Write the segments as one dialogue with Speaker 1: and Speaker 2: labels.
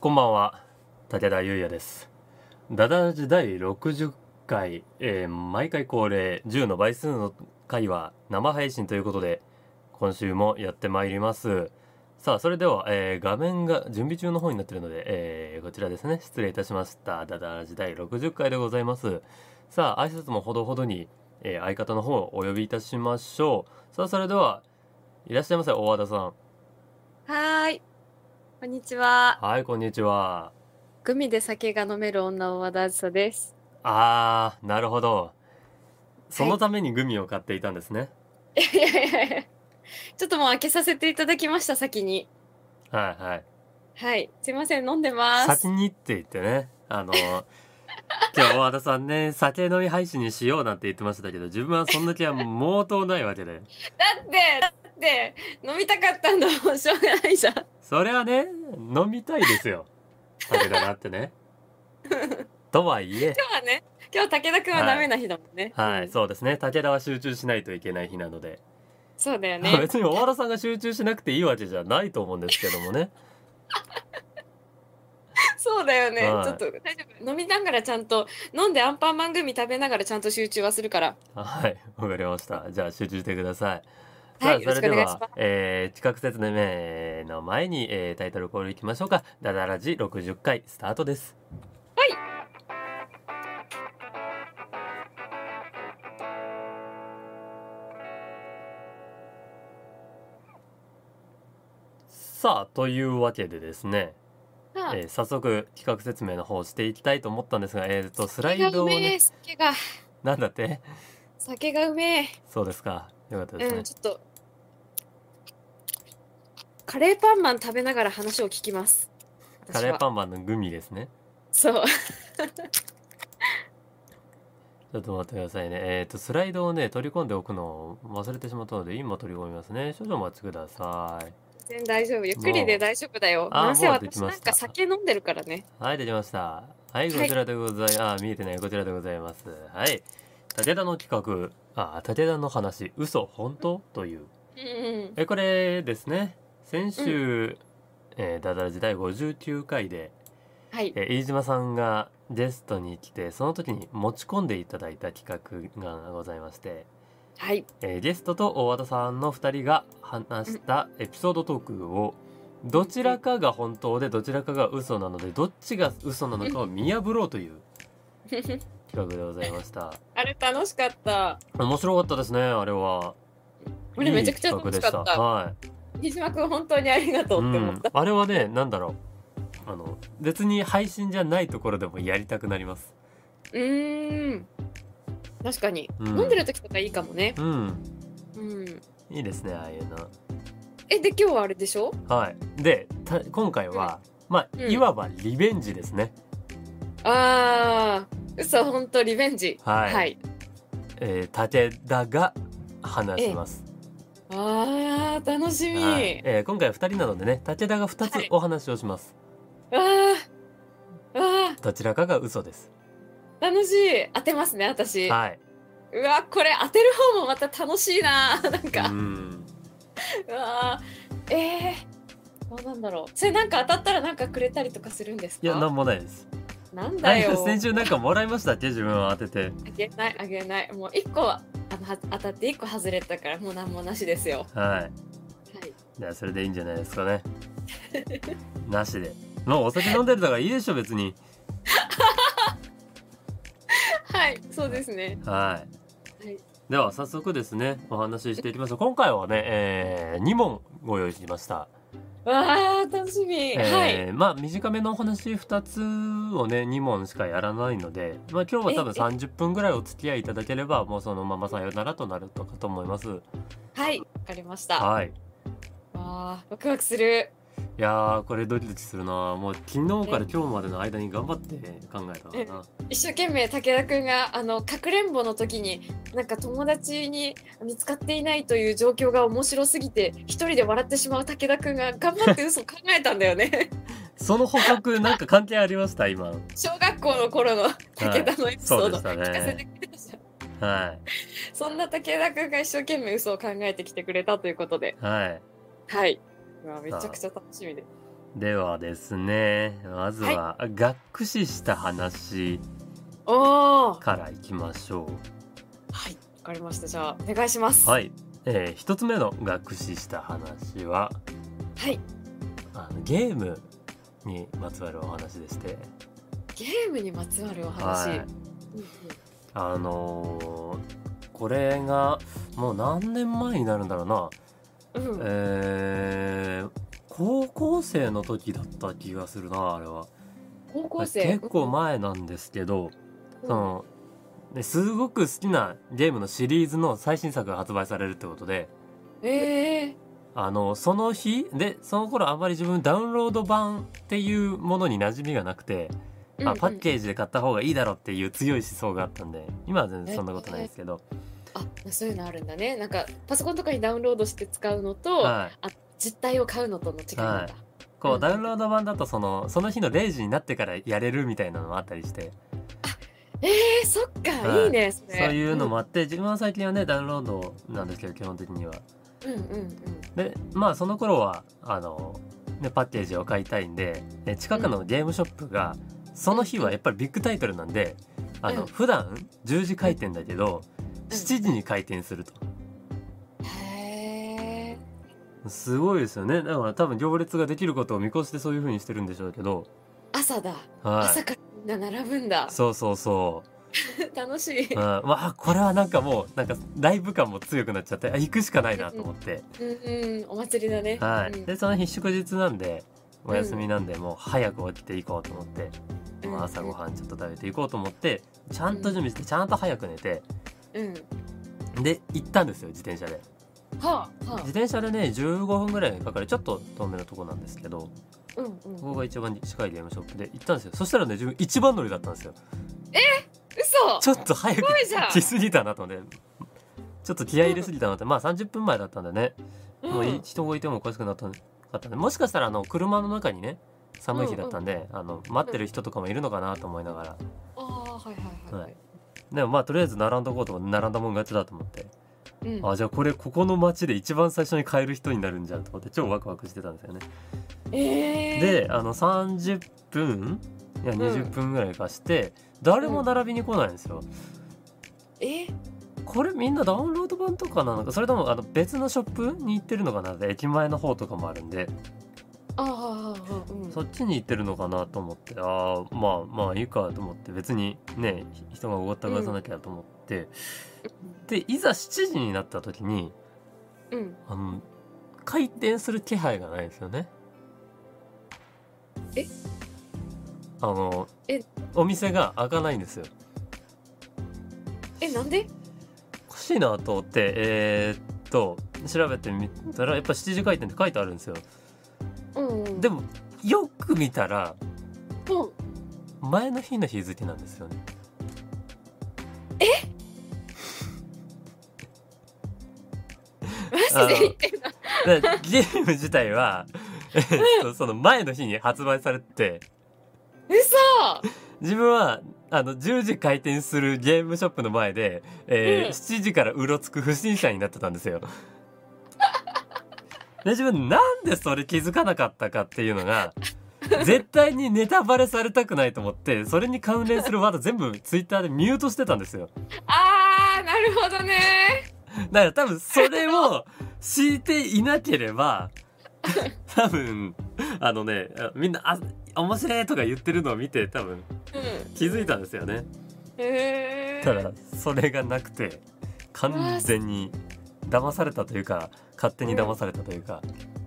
Speaker 1: こんばんは武田裕也ですダダラジ第60回、えー毎回恒例10の倍数の回は生配信ということで今週もやってまいりますさあそれでは、えー画面が準備中の方になっているので、えーこちらですね失礼いたしましたダダラジ第60回でございますさあ挨拶もほどほどに、えー相方の方をお呼びいたしましょうさあそれではいらっしゃいませ大和田さん
Speaker 2: はーい。こんにちは。
Speaker 1: はいこんにちは
Speaker 2: グミで酒が飲める女を和田あずさ です。
Speaker 1: あーなるほどそのためにグミを買っていたんですね
Speaker 2: いやいやいやちょっともう開けさせていただきました、先に。
Speaker 1: はいはい
Speaker 2: はい。すいません、飲んでます。
Speaker 1: 先にって言ってねあの 今日大和田さんね酒飲み配信にしようなんて言ってましたけど自分はそんな気は毛頭ないわけで
Speaker 2: だって、だって、飲みたかったんだもん、 しょうがないじゃん。
Speaker 1: それはね飲みたいですよ酒だなって ねとはいえ
Speaker 2: 今日はね、今日武田くんはダメな日だもんね。
Speaker 1: は
Speaker 2: う
Speaker 1: い
Speaker 2: ん
Speaker 1: そうですね武田は集中しないといけない日なので、
Speaker 2: そうだよ ね。
Speaker 1: 別に大和田さんが集中しなくていいわけじゃないと思うんですけどもね
Speaker 2: そうだよね。
Speaker 1: はい
Speaker 2: ちょっと大丈夫。飲みながらちゃんと、飲んでアンパンマングミ食べながらちゃんと集中はするから。
Speaker 1: はい、わかりました。じゃあ集中してください。さあ、
Speaker 2: はい
Speaker 1: それで
Speaker 2: よろしくお願いしま
Speaker 1: は、えー、企画説明の前に、えー、タイトルコールいきましょうか。ダダラジ60回スタートです。さあ、というわけでですね、
Speaker 2: はあ
Speaker 1: えー、早速企画説明の方をしていきたいと思ったんですが、えー、とスライ
Speaker 2: 酒が
Speaker 1: ド
Speaker 2: う
Speaker 1: を
Speaker 2: めえ、
Speaker 1: ね、
Speaker 2: 酒が、
Speaker 1: なんだって
Speaker 2: 酒がうめえ。
Speaker 1: そうですか。よかったですね。
Speaker 2: うん、ちょっと。カレーパンマン食べながら話を聞きます。
Speaker 1: カレー
Speaker 2: ン。
Speaker 1: パンマンのグミですね。
Speaker 2: そう。
Speaker 1: ちょっと待ってくださいね。えっ、と、スライドをね、取り込んでおくのを忘れてしまったので、今取り込みますね。少々お待ちください。
Speaker 2: 全然大丈夫。ゆっくりで大丈夫だよ。
Speaker 1: あ
Speaker 2: なんせ
Speaker 1: もうでき
Speaker 2: 私
Speaker 1: ま
Speaker 2: な
Speaker 1: し
Speaker 2: ん
Speaker 1: た
Speaker 2: か酒飲んでるからね。
Speaker 1: はい、できました。はい、
Speaker 2: はい
Speaker 1: こちらでござい、あ、見えてない、こちらでございます。はい。武田の企画、あ、武田の話、嘘、本当という。
Speaker 2: うんうん。
Speaker 1: え、これですね。先週、えーダダラジ第59回で、
Speaker 2: はい。
Speaker 1: えー飯島さんがゲストに来て、その時に持ち込んでいただいた企画がございまして、
Speaker 2: はい。
Speaker 1: えーゲストと大和田さんの2人が話したエピソードトークをどちらかが本当でどちらかが嘘なのでどっちが嘘なのかを見破ろうという企画でございました
Speaker 2: あれ楽しかった。
Speaker 1: 面白かったですねあれは
Speaker 2: 俺めちゃくちゃ
Speaker 1: いい
Speaker 2: 楽し
Speaker 1: 企
Speaker 2: か
Speaker 1: 画
Speaker 2: っ
Speaker 1: でした
Speaker 2: た。
Speaker 1: はい
Speaker 2: 飯島くん本当にありがとうって思った。
Speaker 1: うんあれはねなんだろうあの別に配信じゃないところでもやりたくなります
Speaker 2: うーん。確かに。
Speaker 1: うん
Speaker 2: 飲んでる時とかいいかもね。
Speaker 1: うん
Speaker 2: うん。
Speaker 1: いいですねああいうの
Speaker 2: え、で、今日はあれでしょ
Speaker 1: はいでた今回は、まあ、
Speaker 2: うん
Speaker 1: いわばリベンジですね
Speaker 2: あー。嘘、本当リベンジ。
Speaker 1: はい
Speaker 2: はい。
Speaker 1: えー、武田が話します、
Speaker 2: あー、楽しみ。
Speaker 1: はいえー今回は2人なのでね武田が2つお話をします、
Speaker 2: わあわあ
Speaker 1: どちらかが嘘です
Speaker 2: 楽しい当てますね私、
Speaker 1: はいう
Speaker 2: わこれ当てる方もまた楽しいな なんか、
Speaker 1: う
Speaker 2: うんわえー、どうなんだろうそれなんか当たったらなんかくれたりとかするんですか
Speaker 1: いやなんもないです
Speaker 2: なんだよ
Speaker 1: 先週なんかもらいま したっけ自分を当てて
Speaker 2: あげないあげないもう一個あのは当たって一個外れたからもう何もなしですよ
Speaker 1: はい
Speaker 2: はい
Speaker 1: じゃあそれでいいんじゃないですか ねなしでもうお酒飲んでるだからいいでしょ別に
Speaker 2: はいそうですね
Speaker 1: はい
Speaker 2: はい
Speaker 1: では早速ですねお話ししていきましょう今回はね、え2問ご用意しました
Speaker 2: わあ楽しみ、はい
Speaker 1: えーまあ短めのお話2つをね2問しかやらないので、まあ、今日は多分
Speaker 2: ええ
Speaker 1: 30分ぐらいお付き合いいただければもうそのままさよならとなるとかと思います
Speaker 2: はいわかりましたわ
Speaker 1: はい
Speaker 2: あワクワクする
Speaker 1: いやーこれドキドキするなもう昨日から今日までの間に頑張って考えたからな
Speaker 2: 一生懸命武田くんがあのかくれんぼの時になんか友達に見つかっていないという状況が面白すぎて一人で笑ってしまう武田くんが頑張って嘘を考えたんだよね
Speaker 1: その補足なんか関係ありました今
Speaker 2: 小学校の頃の武田のエピソ
Speaker 1: そ
Speaker 2: ー
Speaker 1: うで
Speaker 2: ド、
Speaker 1: した
Speaker 2: 聞かせて
Speaker 1: ね
Speaker 2: くれました
Speaker 1: は
Speaker 2: そんな武田くんが一生懸命嘘を考えてきてくれたということで
Speaker 1: いはい
Speaker 2: はいうわめちゃくちゃ楽しみで
Speaker 1: ではですねまずは、がっくしした話
Speaker 2: おお。
Speaker 1: からいきましょ
Speaker 2: はい。わかりました。じゃあお願いします。
Speaker 1: う
Speaker 2: はい。
Speaker 1: はい、えー、一つ目のがっくしした話はあのゲームにまつわるお話でして
Speaker 2: ゲームにまつわるお話。
Speaker 1: は
Speaker 2: はいい、うん
Speaker 1: あのーこれがもう何年前になるんだろうな
Speaker 2: うん。うん。
Speaker 1: えー高校生の時だった気がするなあれは
Speaker 2: 高校生。
Speaker 1: 結構前なんですけど、
Speaker 2: うん
Speaker 1: そのねすごく好きなゲームのシリーズの最新作が発売されるってことで
Speaker 2: ええ
Speaker 1: あのその日でその頃あんまり自分ダウンロード版っていうものに馴染みがなくて、
Speaker 2: ー。
Speaker 1: あパッケージで買った方がいいだろうっていう強い思想があったんで今は全然そんなことないですけど、
Speaker 2: うんうん。あ、そういうのあるんだね。なんかパソコンとかにダウンロードして使うのと、
Speaker 1: はい、
Speaker 2: 実体を買うのとの違いなんだ。
Speaker 1: こ
Speaker 2: う
Speaker 1: うんダウンロード版だとそのその日の0時になってからやれるみたいなのもあったりして
Speaker 2: えー、そっか、
Speaker 1: はい
Speaker 2: い、いね。それ
Speaker 1: そういうのもあって自分は最近はねダウンロードなんですけど基本的には。
Speaker 2: うんうんうん
Speaker 1: でまあその頃はあの、ね、パッケージを買いたいんでえ近くのゲームショップがその日はやっぱりビッグタイトルなんであの、
Speaker 2: うん
Speaker 1: 普段10時開店だけど、
Speaker 2: うん
Speaker 1: 7時に開店すると。
Speaker 2: うん。へえ。
Speaker 1: すごいですよねだから多分行列ができることを見越してそういう風にしてるんでしょうけど、
Speaker 2: 朝だ。
Speaker 1: は
Speaker 2: 朝からみんな並ぶんだ
Speaker 1: い、。そうそうそう
Speaker 2: 楽しい。
Speaker 1: うん、わあこれはなんかもうなんかライブ感も強くなっちゃってあ行くしかないなと思って、
Speaker 2: うんうん、お祭りだね。
Speaker 1: は
Speaker 2: う
Speaker 1: い、
Speaker 2: ん
Speaker 1: でその日祝日なんでお休みなんでもう早く起きていこうと思って、
Speaker 2: うん
Speaker 1: まあ、朝ごはんちょっと食べていこうと思ってちゃんと準備してちゃんと早く寝て
Speaker 2: うん。
Speaker 1: で行ったんですよ自転車で
Speaker 2: はあ、は
Speaker 1: 自転車でね15分ぐらいかかるちょっと遠めのとこなんですけど
Speaker 2: あ、うんうん。
Speaker 1: ここが一番近いゲームショップで行ったんですよそしたらね自分一番乗りだったんですよ
Speaker 2: 嘘。
Speaker 1: ちょっと早く
Speaker 2: すごいじゃん
Speaker 1: 来すぎたなと思ってちょっと気合い入れすぎたなってまあ30分前だったんでねもうい
Speaker 2: ん
Speaker 1: 人がいてもおかしくなったかったんでもしかしたらあの車の中にね寒い日だったんで、あの待ってる人とかもいるのかなと思いなが
Speaker 2: ああ、はいはいはい。
Speaker 1: はいらでもまあとりあえず並んどこうと思って並んだもん勝ちだと思って、
Speaker 2: うん。
Speaker 1: あじゃあこれここの街で一番最初に買える人になるんじゃんと思って超ワクワクしてたんですよね、
Speaker 2: ええ。
Speaker 1: であの30分いや20分ぐらいかして、誰も並びに来ないんですよ、
Speaker 2: え、
Speaker 1: これみんなダウンロード版とかなのかそれともあの別のショップに行ってるのかなって駅前の方とかもあるんで
Speaker 2: ああ、ああ、うん。
Speaker 1: そっちに行ってるのかなと思ってああまあまあいいかと思って別にねひ人がごった返さなきゃと思って、でいざ7時になった時に
Speaker 2: うん。
Speaker 1: あの回転する気配がないんですよね
Speaker 2: え
Speaker 1: あの
Speaker 2: え
Speaker 1: お店が開かないんですよ
Speaker 2: え、なんで。
Speaker 1: おかしいなと思ってえーっと調べてみたらやっぱ7時回転って書いてあるんですよ
Speaker 2: うんうん。
Speaker 1: で。もよく見たら
Speaker 2: うん。
Speaker 1: 前の日の日付なんですよね
Speaker 2: マジで言ってんの。
Speaker 1: でゲーム自体は、えっと、その前の日に発売されて
Speaker 2: 嘘。
Speaker 1: 自分はあの10時開店するゲームショップの前で、えー
Speaker 2: うん
Speaker 1: 7時からうろつく不審者になってたんですよ。 で自分なんでそれ気づかなかったかっていうのが絶対にネタバレされたくないと思ってそれに関連するワード全部ツイッターでミュートしてたんですよ。
Speaker 2: ああ、なるほどね。
Speaker 1: だから多分それを敷いていなければ多分あのねあみんな「あ面白い」とか言ってるのを見て多分
Speaker 2: うん。
Speaker 1: 気づいたんですよね
Speaker 2: ええ。
Speaker 1: ただそれがなくて完全に騙されたというか勝手に騙されたというか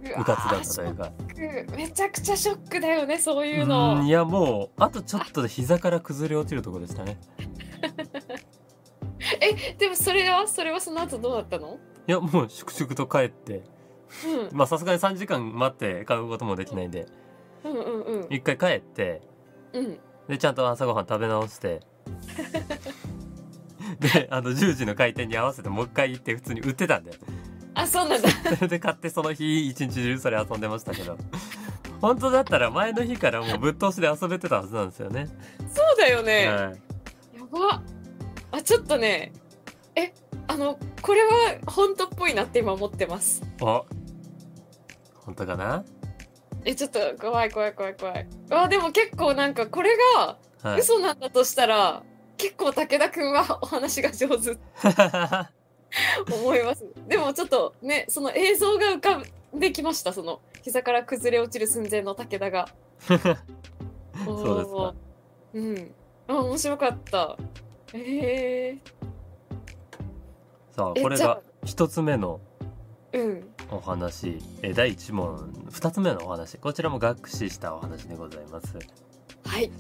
Speaker 2: う
Speaker 1: う
Speaker 2: わ
Speaker 1: かつだ
Speaker 2: ー。
Speaker 1: った
Speaker 2: シ
Speaker 1: とい
Speaker 2: ョ
Speaker 1: うか
Speaker 2: ック。めちゃくちゃショックだよね。そういう
Speaker 1: う
Speaker 2: の
Speaker 1: ん。いやもうあとちょっとで膝から崩れ落ちるところでしたね
Speaker 2: でもそれはそれはその後どうだったの？
Speaker 1: いやもう粛々と帰って
Speaker 2: うん
Speaker 1: まあさすがに3時間待って買うこともできないんで
Speaker 2: うんうんうん
Speaker 1: 一回帰って
Speaker 2: うん
Speaker 1: でちゃんと朝ごはん食べ直して であの10時の開店に合わせてもう一回行って普通に売ってたんで
Speaker 2: あそうなんだ
Speaker 1: それで買ってその日一日中それ遊んでましたけど 本当だったら前の日からもうぶっ通しで遊べてたはずなんですよね、
Speaker 2: そうだよね、
Speaker 1: はい
Speaker 2: やばあちょっとねえあのこれは本当っぽいなって今思ってます
Speaker 1: お本当かな
Speaker 2: えちょっと怖い怖い怖い怖いあでも結構なんかこれが
Speaker 1: はい。
Speaker 2: 嘘なんだとしたら、結構武田くんはお話が上手 思いますでもちょっとねその映像が浮かんできましたその膝から崩れ落ちる寸前の武 田が
Speaker 1: そうですか
Speaker 2: おーうんあ面白かったえ
Speaker 1: さあ、
Speaker 2: え
Speaker 1: これ
Speaker 2: じゃ
Speaker 1: が
Speaker 2: あ
Speaker 1: 一つ目の
Speaker 2: ー、うん
Speaker 1: お話、え第一問、二つ目のお話、こちらも学士したお話でございます。
Speaker 2: はい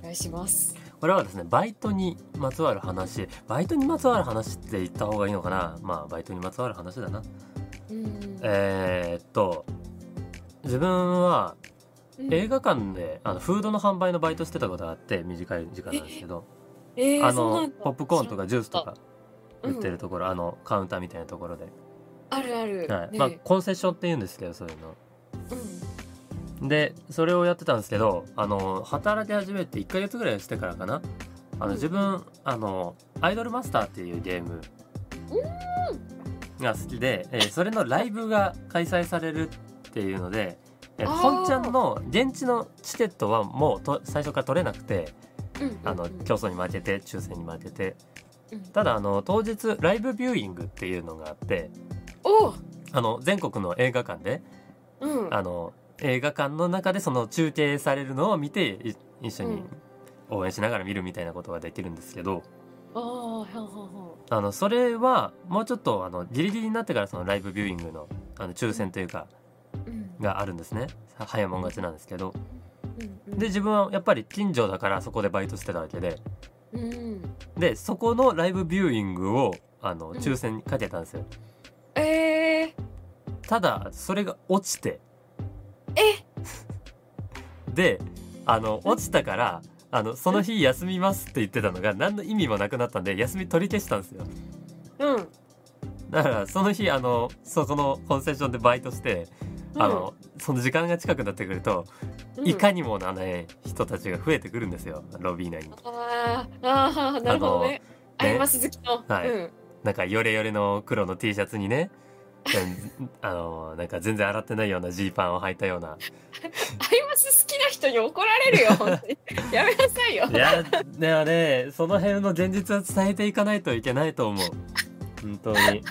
Speaker 2: お願いします
Speaker 1: これはですね、バイトにまつわる話、バイトにまつわる話って言った方がいいのかなまあ、バイトにまつわる話だな。
Speaker 2: うん
Speaker 1: えーっと、自分は
Speaker 2: うん
Speaker 1: 映画館で、あの、フードの販売のバイトしてたことがあって、短い時間なんですけど、
Speaker 2: えー
Speaker 1: あ
Speaker 2: そうな
Speaker 1: の
Speaker 2: ん、だ
Speaker 1: ポップコーンとかジュースとか
Speaker 2: う
Speaker 1: 売
Speaker 2: ん
Speaker 1: ってるところ、あの、カウンターみたいなところで。
Speaker 2: あるある、
Speaker 1: はい。
Speaker 2: ね
Speaker 1: まあ、コンセッションって言うんですけど、そういうの。
Speaker 2: う
Speaker 1: でそれをやってたんですけどあの働き始めて1ヶ月ぐらいしてからかなあ
Speaker 2: うん
Speaker 1: の自分あのアイドルマスターっていうゲームが好きで、えーそれのライブが開催されるっていうので、えー
Speaker 2: あー
Speaker 1: 本ちゃんの現地のチケットはもうと最初から取れなくて
Speaker 2: んうん
Speaker 1: あの競争に負けて抽選に負けて
Speaker 2: うん
Speaker 1: ただあの当日ライブビューイングっていうのがあって
Speaker 2: おう
Speaker 1: あの全国の映画館で
Speaker 2: うん
Speaker 1: あの映画館の中でその中継されるのを見てい一緒
Speaker 2: う
Speaker 1: に
Speaker 2: ん
Speaker 1: 応援しながら見るみたいなことができるんですけど
Speaker 2: ああはんはんは
Speaker 1: あのそれはもうちょっとあのギリギリになってからそのライブビューイングのあの抽選というか
Speaker 2: んうん
Speaker 1: があるんですねさ早いもん勝ちなんですけど
Speaker 2: うんうん
Speaker 1: で自分はやっぱり近所だからそこでバイトしてたわけで
Speaker 2: うん
Speaker 1: でそこのライブビューイングをあの
Speaker 2: うん
Speaker 1: 抽選にかけたんですよ
Speaker 2: え
Speaker 1: ただそれが落ちて
Speaker 2: え
Speaker 1: であの落ちたからあのその日休みますって言ってたのが何の意味もなくなったんで休み取り消したんですよ
Speaker 2: ー、うん
Speaker 1: だからその日あのそこのコンセッションでバイトしてあの、その時間が近くなってくると、
Speaker 2: うん
Speaker 1: いかにもなね人たちが増えてくるんですよロビー内に
Speaker 2: あーあーなるほどね
Speaker 1: あのね
Speaker 2: アイマス好きの、
Speaker 1: はい
Speaker 2: うん
Speaker 1: なんかヨレヨレの黒の T シャツにねうんあのなんか全然洗ってないようなジーパンを履いたような
Speaker 2: アイマス好きな人に怒られ るよ本当にやめなさいよ
Speaker 1: いや、ではね、その辺の現実は伝えていかないといけないと思う。本当に。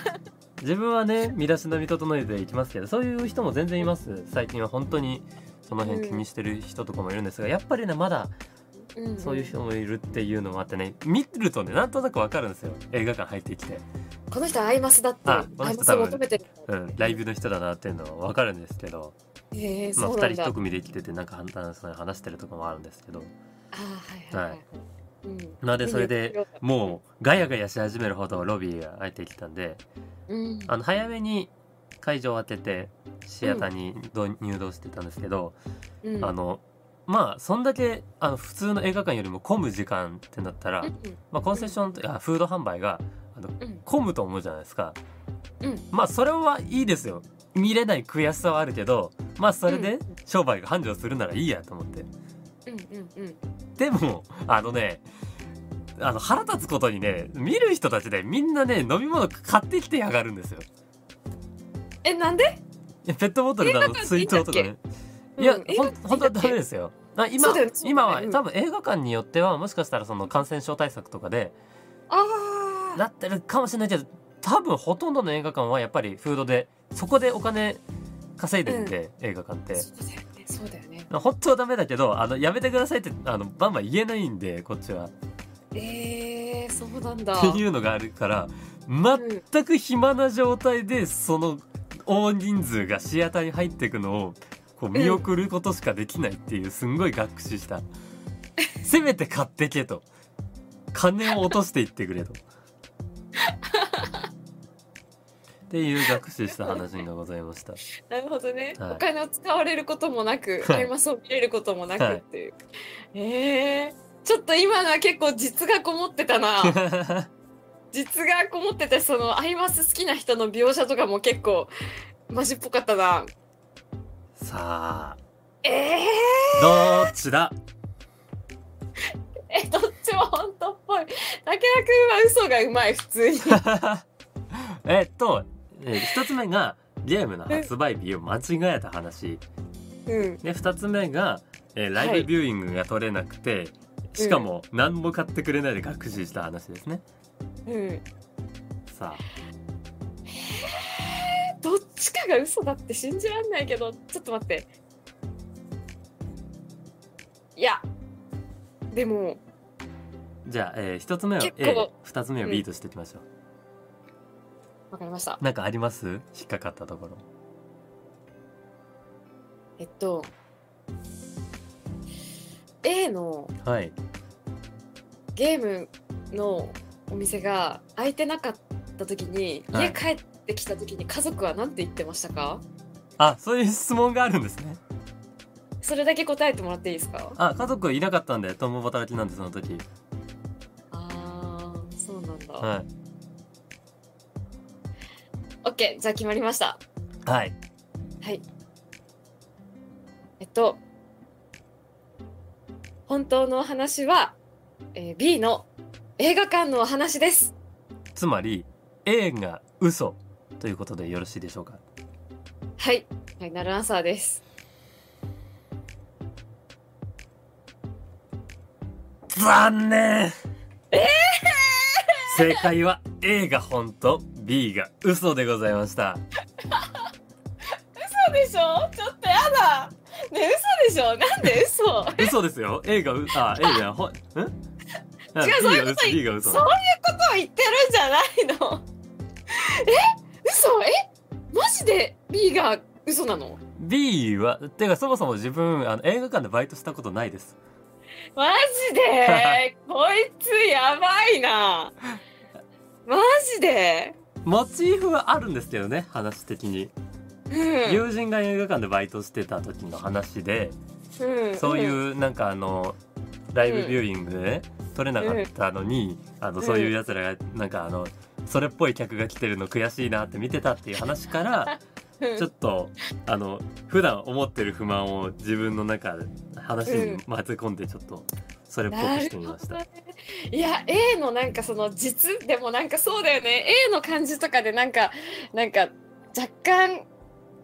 Speaker 1: 自分はね、身だしなみ整えていきますけど、そういう人も全然います。最近は本当に、その辺気にしてる人とかもいるんですが、やっぱりね、まだ
Speaker 2: うん
Speaker 1: そういう人もいるっていうのもあってね、見るとね、なんとなくわかるんですよ。映画館入ってきて。
Speaker 2: この人アイマスだって
Speaker 1: あこの人
Speaker 2: アイマスを求めてる
Speaker 1: うん、ライブの人だなっていうのはわかるんですけど、
Speaker 2: えー、
Speaker 1: まあ、
Speaker 2: そうな
Speaker 1: 二
Speaker 2: ん
Speaker 1: 人
Speaker 2: だ
Speaker 1: 一組で来てて、なんか話話してるとこもあるんですけど。
Speaker 2: あーはいはいはい、うん
Speaker 1: なので、それで、もうガヤガヤし始めるほどロビーが空いてきたんで
Speaker 2: うん
Speaker 1: あの早めに会場を当ててシアターにど入道してたんですけど、
Speaker 2: うん
Speaker 1: あのまあそんだけあの普通の映画館よりも混む時間ってなったら、
Speaker 2: うん
Speaker 1: まあ、コンセッションとあフード販売があの
Speaker 2: うん
Speaker 1: 混むと思うじゃないですか、
Speaker 2: うん
Speaker 1: まあそれはいいですよ見れない悔しさはあるけどまあそれで商売が繁盛するならいいやと思って
Speaker 2: うんうんうん
Speaker 1: でもあのねあの腹立つことにね見る人たちでみんなね飲み物買ってきてやがるんですよ
Speaker 2: えなんで
Speaker 1: いやペットボトルだの
Speaker 2: 映画館
Speaker 1: 水筒とかね
Speaker 2: うん
Speaker 1: いや、
Speaker 2: 映
Speaker 1: ほ
Speaker 2: 画
Speaker 1: ん
Speaker 2: 館
Speaker 1: 本当はダメですよあ今
Speaker 2: そうだよねそうだよね
Speaker 1: 今は
Speaker 2: うん
Speaker 1: 多分映画館によってはもしかしたらその感染症対策とかで
Speaker 2: ああ
Speaker 1: なってるかもしれないけど多分ほとんどの映画館はやっぱりフードでそこでお金稼いでるんで、映画館って
Speaker 2: そうだよねそうだよね
Speaker 1: 本当はダメだけどあのやめてくださいってあのバンバン言えないんでこっちは
Speaker 2: えー、そうなんだ。
Speaker 1: っていうのがあるから全く暇な状態でその大人数がシアターに入っていくのをこう見送ることしかできないっていうすんごい学習したせめて買ってけと金を落としていってくれとっていう学習した話がございました
Speaker 2: なるほどね、
Speaker 1: はい
Speaker 2: お金を使われることもなく、
Speaker 1: はい
Speaker 2: アイマスを見れることもな
Speaker 1: は
Speaker 2: く
Speaker 1: い
Speaker 2: っていう。えー、ちょっと今のは結構実がこもって たな。実がこもってて、そのアイマス好きな人の描写とかも結構マジっぽかったな。
Speaker 1: さあ
Speaker 2: えー、
Speaker 1: どっちだ
Speaker 2: え、どっちも本当っぽい。武田くんは嘘がうまい、普 通に。
Speaker 1: えっと、えー一つ目がゲームの発売日を間違えた話
Speaker 2: うん。
Speaker 1: で2つ目が、えーライブビューイングが取れなくて、しかも何も買ってくれないで学習した話ですね。
Speaker 2: うん。
Speaker 1: さあ
Speaker 2: どっちかが嘘だって信じらんないけど、ちょっと待って。いや、でも、
Speaker 1: じゃあ、え1つ目は
Speaker 2: 結構
Speaker 1: A2 つ目は B としていきましょう。
Speaker 2: わかりました。
Speaker 1: なんかあります引っかかったところ。
Speaker 2: えっと、A の
Speaker 1: はい。
Speaker 2: ゲームのお店が開いてなかった時に、
Speaker 1: はい
Speaker 2: 家帰ってきた時に家族は何て言ってましたか
Speaker 1: あそういう質問があるんですね。
Speaker 2: それだけ答えてもらっていいですか
Speaker 1: あ家族いなかったんで共働きなんでその時。
Speaker 2: あーそうなんだ、
Speaker 1: は
Speaker 2: OK じゃあ決まりました
Speaker 1: い。はい。
Speaker 2: えっと本当のお話は、えー B の映画館のお話です
Speaker 1: つまり A が嘘ということでよろしいでしょうか。
Speaker 2: はいファイナルアンサーです
Speaker 1: 残念正解は A が本当 B が嘘でございました
Speaker 2: 嘘でしょちょっとやだね嘘でしょなんで嘘
Speaker 1: 嘘ですよ A がうあ A がほんん
Speaker 2: 違うそういうこと
Speaker 1: B が
Speaker 2: 言っ
Speaker 1: 嘘
Speaker 2: そう
Speaker 1: B
Speaker 2: いう
Speaker 1: が
Speaker 2: ことを言ってるんじゃないの え嘘えマジで B が嘘なの
Speaker 1: B はてかそもそも自分あの映画館でバイトしたことないです
Speaker 2: マジでこいつやばいなマジで
Speaker 1: モチーフはあるんですけどね話的に、
Speaker 2: うん、
Speaker 1: 友人が映画館でバイトしてた時の話で、
Speaker 2: ん
Speaker 1: そうい
Speaker 2: ん
Speaker 1: うなんかあのライブビューイングでね、撮れなかったのに、あのそういうやつらがなんかあのそれっぽい客が来てるの悔しいなって見てたっていう話から
Speaker 2: うん
Speaker 1: ちょっとあの普段思ってる不満を自分の中で話に混ぜ込んでちょっとそれっぽくしてみました
Speaker 2: な。るほどねいや A のなんかその実でもなんかそうだよね A の感じとかでなんかなんか若干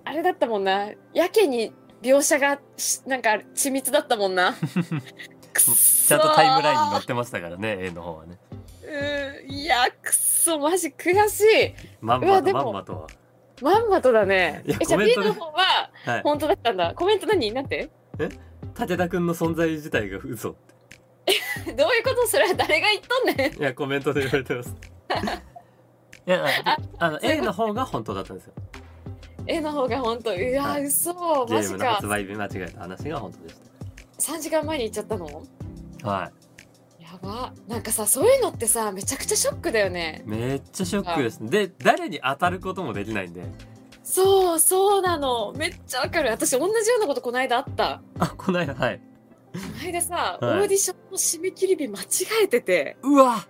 Speaker 2: あれだったもんなやけに描写がしなんか緻密だったもん なくっそ
Speaker 1: ちゃんとタイムラインに載ってましたからね A の方はね。
Speaker 2: うんいやくっそマジ悔し
Speaker 1: まんま
Speaker 2: うわで
Speaker 1: と
Speaker 2: も
Speaker 1: まんまとは。
Speaker 2: いまんまとだね
Speaker 1: いや
Speaker 2: えじゃあ
Speaker 1: コメン
Speaker 2: B
Speaker 1: トね
Speaker 2: の方は
Speaker 1: はい、
Speaker 2: 本当だったんだコメント何なんて
Speaker 1: 武田君の存在自体が嘘って
Speaker 2: どういうことそれは誰が言っとんねん
Speaker 1: いやコメントで言われてます。いやああの
Speaker 2: そう
Speaker 1: A
Speaker 2: いうこと
Speaker 1: の方が本当だったんですよ。
Speaker 2: A の方が本当うわ嘘
Speaker 1: ゲ
Speaker 2: マ
Speaker 1: ー
Speaker 2: ジ
Speaker 1: ムの
Speaker 2: か
Speaker 1: 発売日間違えた話が本当でし
Speaker 2: 3時間前に行っちゃったの
Speaker 1: た。はい。
Speaker 2: やばなんかさそういうのってさめちゃくちゃショックだよね
Speaker 1: めっちゃショックです。で、誰に当たることもできないんで。
Speaker 2: そうそうなのめっちゃわかる私同じようなことこの間あった
Speaker 1: あ、こないだ、はい。
Speaker 2: この間さ、
Speaker 1: はい
Speaker 2: オーディションの締め切り日間違えてて
Speaker 1: うわ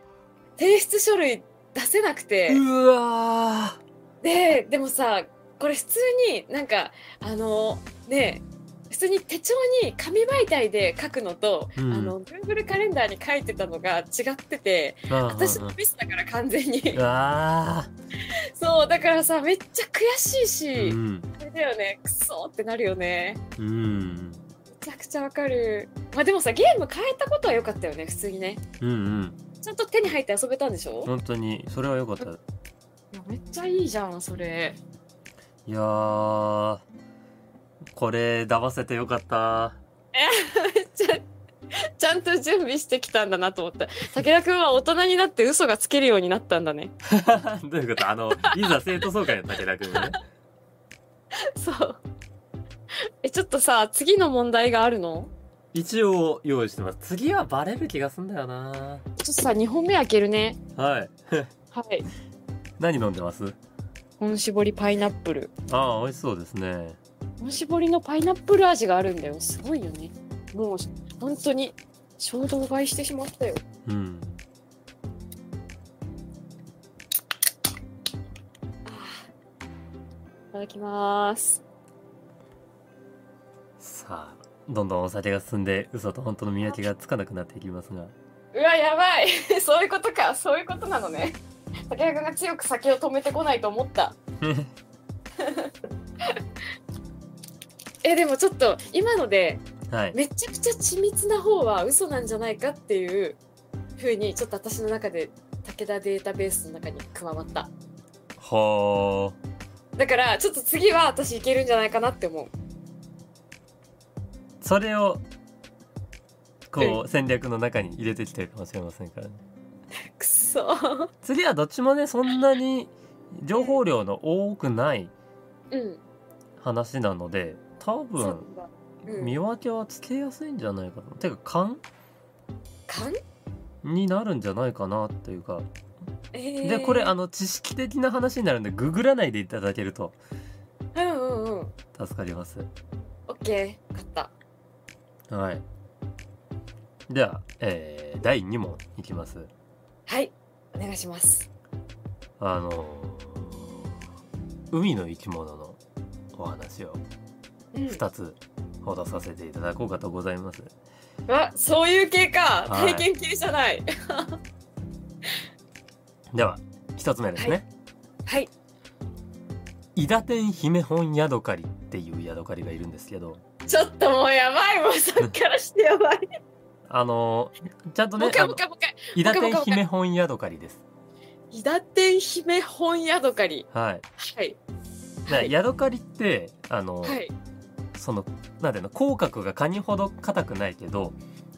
Speaker 2: 提出書類出せなくて
Speaker 1: うわ
Speaker 2: ででもさこれ普通になんかあのね普通に手帳に紙媒体で書くのと、
Speaker 1: うん
Speaker 2: あの Google カレンダーに書いてたのが違ってて私
Speaker 1: うん
Speaker 2: の
Speaker 1: うん
Speaker 2: ミスだから完全に
Speaker 1: うわ
Speaker 2: そうだからさめっちゃ悔しいし、
Speaker 1: ーうん。
Speaker 2: あれだよねクソってなるよね
Speaker 1: うん。
Speaker 2: めちゃくちゃわかるまあでもさゲーム変えたことは良かったよね普通にね
Speaker 1: うんうん。
Speaker 2: ちゃんと手に入って遊べたんでしょ、
Speaker 1: 本当に、それは良かった。い
Speaker 2: いやめっちゃいいじゃんそれ
Speaker 1: やー、これ、騙せて良かった。
Speaker 2: めっちゃ ちゃんと準備してきたんだなと思った武田君は大人になって嘘がつけるようになったんだね
Speaker 1: どういうことあの、いざ生徒総会の武田君ね。
Speaker 2: そうえちょっとさ次の問題があるの
Speaker 1: 一応用意してます。次はバレる気がすんだよな
Speaker 2: ちょっとさ2本目開けるね
Speaker 1: はい。
Speaker 2: はい
Speaker 1: 何飲んでます
Speaker 2: 本搾りパイナップル
Speaker 1: ああ、美味しそうですね。
Speaker 2: 本搾りのパイナップル味があるんだよすごいよねもう本当に衝動買いしてしまったよ
Speaker 1: うん。
Speaker 2: いただきます
Speaker 1: さあどんどんお酒が進んで嘘と本当の見分けがつかなくなっていきますが
Speaker 2: うわやばい そういうことかそういうことなのね武田君が強く酒を止めてこないと思ったええでもちょっと今ので
Speaker 1: はい。
Speaker 2: めちゃくちゃ緻密な方は嘘なんじゃないかっていう風にちょっと私の中で武田データベースの中に加わった
Speaker 1: は
Speaker 2: だからちょっと次は私いけるんじゃないかなって思う
Speaker 1: あ。それを、こう、戦略の中に入れてきてるかもしれませんからね。
Speaker 2: くそー
Speaker 1: 次はどっちもね、そんなに情報量の多くない
Speaker 2: うん
Speaker 1: 話なので、多
Speaker 2: そう
Speaker 1: 分、
Speaker 2: なんだうん
Speaker 1: 見分けはつけやすいんじゃないかな。てか、勘
Speaker 2: 勘
Speaker 1: になるんじゃないかなっていうか。
Speaker 2: えー
Speaker 1: で、これ、あの、知識的な話になるんで、ググらないでいただけると
Speaker 2: うんうんうん
Speaker 1: 助かります。
Speaker 2: オッケー勝った
Speaker 1: はい。では、えー第2問いきます。
Speaker 2: はいお願いします
Speaker 1: あのー海の生き物のお話を
Speaker 2: うん
Speaker 1: 2つほどさせていただこうかとございます。
Speaker 2: あそういう系か、
Speaker 1: はい
Speaker 2: 体験系じゃない
Speaker 1: では、1つ目ですね。
Speaker 2: はい
Speaker 1: 伊達天姫本ヤドカリっていうヤドカリがいるんですけど、
Speaker 2: ちょっともうやばいもうさっきからしてやばい、
Speaker 1: あのーちゃんとね
Speaker 2: もう一、回
Speaker 1: あ
Speaker 2: もう
Speaker 1: の
Speaker 2: 一回もう一回
Speaker 1: 伊達天姫本ヤドカリです。
Speaker 2: 伊達天姫本ヤドカリ
Speaker 1: はい。
Speaker 2: はいは
Speaker 1: だ
Speaker 2: い
Speaker 1: ヤドカリって、あのー
Speaker 2: はい
Speaker 1: そのなんていうの口角がカニほど硬くないけど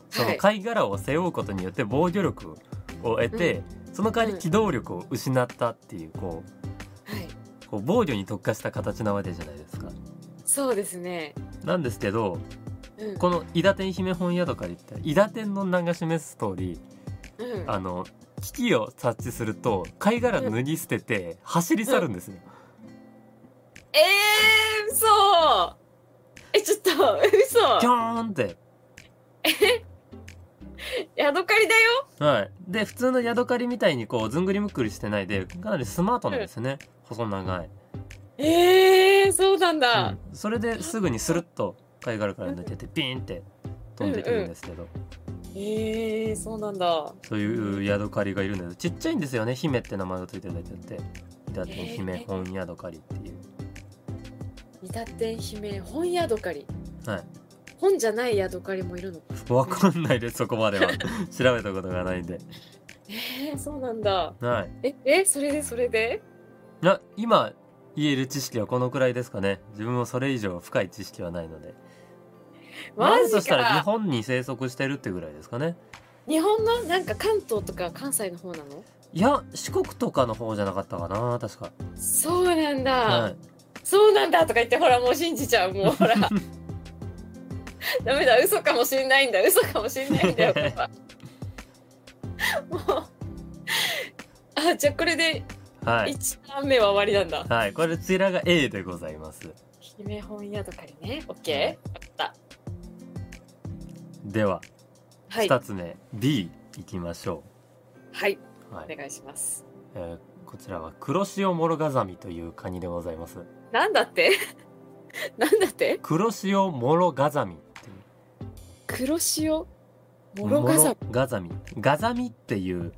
Speaker 1: そ
Speaker 2: は
Speaker 1: の
Speaker 2: い
Speaker 1: 貝殻を背負うことによって防御力を得て、その代わり機動力を失ったっていうこ
Speaker 2: はいう
Speaker 1: こう防御に特化した形なわけじゃないですか。
Speaker 2: そうですね
Speaker 1: なんですけど
Speaker 2: うん
Speaker 1: この「伊達天姫本宿から言ったら伊達天の名が示す通り
Speaker 2: うん
Speaker 1: あの危機を察知すると貝殻脱ぎ捨てて走り去るんですよ。
Speaker 2: えー嘘えちょっと
Speaker 1: キ
Speaker 2: 嘘
Speaker 1: ョーンって
Speaker 2: ヤドカリだよ
Speaker 1: はい、で普通のヤドカリみたいにこうずんぐりむっくりしてないでかなりスマートなんですよね、細長い、
Speaker 2: えーそうなんだ、
Speaker 1: うんそれですぐにスルッと貝殻から抜けてピーンって飛んでくるんですけど、
Speaker 2: えーそうなんだ
Speaker 1: そういうヤドカリがいるんだけどちっちゃいんですよね姫って名前がついてるだけあってだって
Speaker 2: へー
Speaker 1: 姫本ヤドカリっていう、
Speaker 2: 伊達天姫本ヤドカリ
Speaker 1: はい
Speaker 2: 本じゃないヤドカリもいるの
Speaker 1: わかんないですそこまでは 調べたことがないんで
Speaker 2: えーそうなんだ
Speaker 1: はい
Speaker 2: ええそれでそれで
Speaker 1: な今言える知識はこのくらいですかね自分もそれ以上深い知識はないので
Speaker 2: マ
Speaker 1: なん
Speaker 2: ジ
Speaker 1: と
Speaker 2: か
Speaker 1: したら日本に生息してるってぐらいですかね
Speaker 2: 日本のなんか関東とか関西の方なの
Speaker 1: いや四国とかの方じゃなかったかな確か
Speaker 2: そうなんだ、
Speaker 1: はい
Speaker 2: そうなんだとか言ってほらもう信じちゃうもう ほらダメだ嘘かもしんないんだ嘘かもしんないんだ よこれはもうあじゃあこれで
Speaker 1: はい
Speaker 2: 1ターン目は終わりなんだ、
Speaker 1: はい、これこちらが A でございます。
Speaker 2: 姫本屋とかにね OK 分かっ
Speaker 1: では、
Speaker 2: たはい
Speaker 1: 二つ目、B いきましょ
Speaker 2: はい、
Speaker 1: う。はい
Speaker 2: お、願いします
Speaker 1: えーこちらは黒潮モロガザミというカニでございます。
Speaker 2: なんだって なんだって
Speaker 1: 黒潮モロガザミっていう。
Speaker 2: 黒潮モロガザ
Speaker 1: モロガザミ。ガザミっていう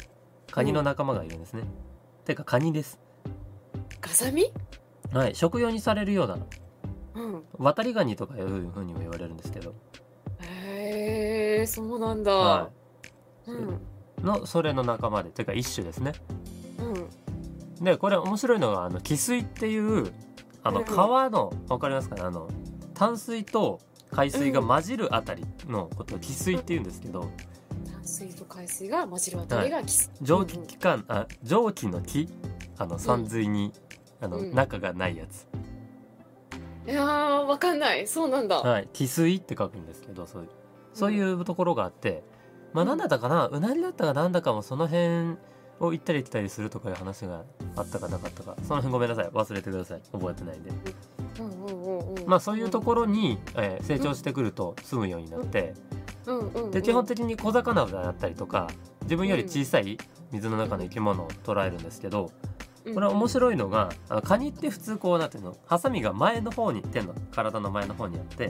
Speaker 1: カニの仲間がいるんですね。てかカニです。
Speaker 2: ガザミ
Speaker 1: はい、食用にされるような
Speaker 2: うん
Speaker 1: 渡りガニとかいうふうにも言われるんですけど、
Speaker 2: へえそうなんだ、
Speaker 1: は
Speaker 2: うん
Speaker 1: い、のそれの仲間で、てか一種ですね。
Speaker 2: うん
Speaker 1: でこれ面白いのがあの汽水っていうあ
Speaker 2: う
Speaker 1: の
Speaker 2: ん
Speaker 1: 川のわかりますかねあの淡水と海水が混じるあたりのことを汽水って言うんですけど
Speaker 2: 淡水と海水が混じるあたりがキス、
Speaker 1: 蒸気機関あ蒸気の気あの山水にあの
Speaker 2: うん
Speaker 1: 中がないやつ
Speaker 2: うんいやーわかんないそうなんだ、
Speaker 1: はい汽水って書くんですけどそういうそういうところがあってまあ何だったかなうなりだったかなんだかもその辺を行ったり来たりするとかいう話があったかなかったかその辺ごめんなさい忘れてください覚えてないんで
Speaker 2: うんうんうんうん
Speaker 1: まあそういうところに、えー成長してくると住むようになって、
Speaker 2: ろ、うんうんうん、
Speaker 1: で基本的に小魚だったりとか自分より小さい水の中の生き物を捕らえるんですけど
Speaker 2: に
Speaker 1: これは面白いのがあのカニって普通こうなんていうのハサミが前の方に手の体の前の方にあって
Speaker 2: い、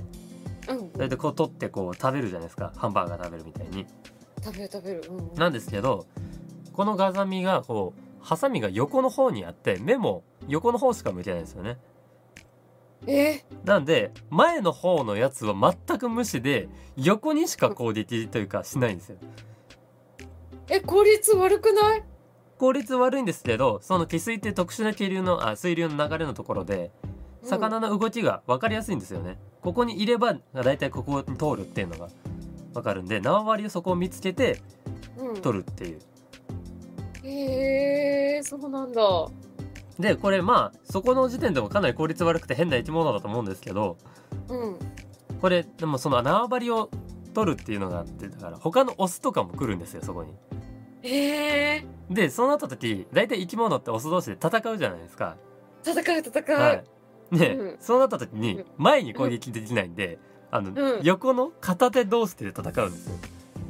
Speaker 2: うんうん
Speaker 1: それでこう取ってこう食べるじゃないですかハンバーガー食べるみたいに。
Speaker 2: 食べる食べる、うんうん、
Speaker 1: なんですけどこのガザミがこうハサミが横の方にあって目も横の方しか向けないんですよね。
Speaker 2: え
Speaker 1: なんで前の方のやつは全く無視で横にしか攻撃というかしないんですよ
Speaker 2: え効率悪くない
Speaker 1: 効率悪いんですけどその汽水って特殊な気流のあ水流の流れのところで魚の動きが分かりやすいんですよね、ここにいればだいたいここを通るっていうのが分かるんで縄張りをそこを見つけて
Speaker 2: うん、うん
Speaker 1: 取るっていう
Speaker 2: へえそうなんだ
Speaker 1: でこれまあそこの時点でもかなり効率悪くて変な生き物だと思うんですけど
Speaker 2: うん
Speaker 1: これでもその縄張りを取るっていうのがあってだから他のオスとかも来るんですよそこに。
Speaker 2: へえ
Speaker 1: でそうなった時大体生き物ってオス同士で戦うじゃないですか。
Speaker 2: 戦う戦う、
Speaker 1: はい、ね、
Speaker 2: うん
Speaker 1: そうなった時に
Speaker 2: うん
Speaker 1: 前に攻撃できないんで、あの、
Speaker 2: うん
Speaker 1: 横の片手同士で戦うんですよ。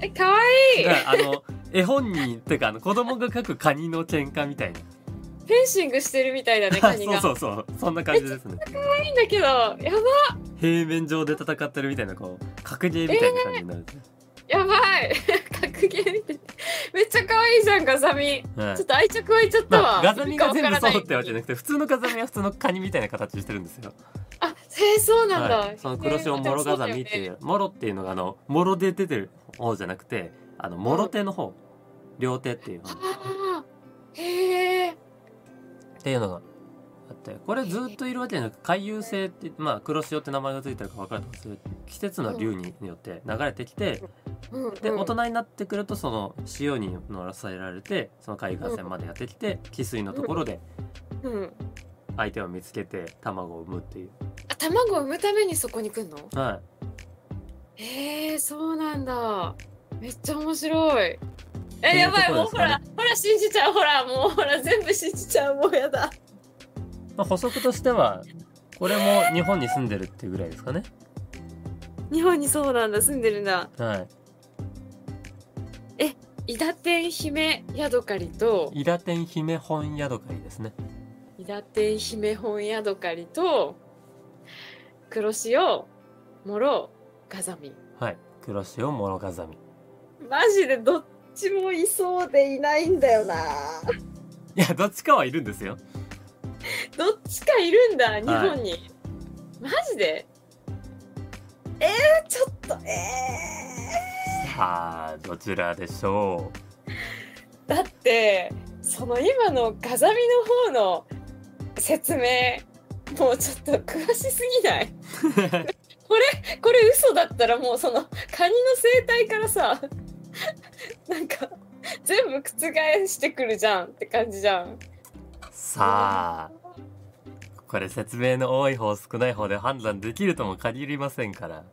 Speaker 2: えかわいい
Speaker 1: だからあの絵本にっていうかあの子供が描くカニの喧嘩みたいな。
Speaker 2: いフェンシングしてるみたいだねカニ が
Speaker 1: そうそうそうそんな感じですね。
Speaker 2: いいんだけどやば
Speaker 1: 平面上で戦ってるみたいなこう格ゲーみたいな感じになるんですね。
Speaker 2: やばい 格ゲー見てめっちゃ可愛いじゃんガザミ
Speaker 1: はい
Speaker 2: ちょっと愛着湧いちゃった
Speaker 1: ま
Speaker 2: わ、
Speaker 1: あ、ガザミが全部そうってわけじゃ
Speaker 2: ね
Speaker 1: なくて普通のガザミは普通のカニみたいな形してるんですよ。
Speaker 2: あへえそうなんだ、
Speaker 1: はい、その黒潮モロガザミってい
Speaker 2: へ
Speaker 1: うモロっていうのがあのモロで出てる方じゃなくてあのモロ手の方両手っていう方っ
Speaker 2: あーへえ
Speaker 1: ていうのがあってこれずっといるわけじゃなく海遊性ってまあ黒潮って名前が付いてるか分かると思うんですけど季節の流によって流れてきて
Speaker 2: うんうん
Speaker 1: で大人になってくるとその潮に乗らされられてその海岸線までやってきて汽水のところで
Speaker 2: うん
Speaker 1: 相手を見つけて卵を産むっていう。
Speaker 2: あ卵を産むためにそこに来んの
Speaker 1: はい
Speaker 2: へえそうなんだめっちゃ面白い
Speaker 1: て
Speaker 2: え
Speaker 1: い
Speaker 2: や
Speaker 1: うと
Speaker 2: ば
Speaker 1: こ
Speaker 2: い
Speaker 1: ろで
Speaker 2: もう
Speaker 1: す
Speaker 2: ほ
Speaker 1: から
Speaker 2: ほら信じちゃうほらもうほら全部信じちゃうもうやだ
Speaker 1: まあ、補足としてはこれも日本に住んでるっていうぐらいですかね。
Speaker 2: 日本にそうなんだ住んでるんだ
Speaker 1: はい
Speaker 2: 伊達天姫ヤドカリと
Speaker 1: 伊達天姫本宿会ですね
Speaker 2: 伊達天姫本ヤドカリと黒潮モロガザミ
Speaker 1: はい黒潮諸風 見い
Speaker 2: マジでどっちもいそうでいないんだよな
Speaker 1: やどっちかはいるんですよ
Speaker 2: どっちかいるんだ日本に、マジでえー、ちょっとえ
Speaker 1: さあどちらでしょ
Speaker 2: ー、だってその今のガザミの方の説明もうちょっと詳しすぎ ないうこれ嘘だったらもうそのカニの生態からさなんか全部覆してくるじゃんって感じじゃん
Speaker 1: さあこれ説明の多い方少ない方で判断できるとも限りませんから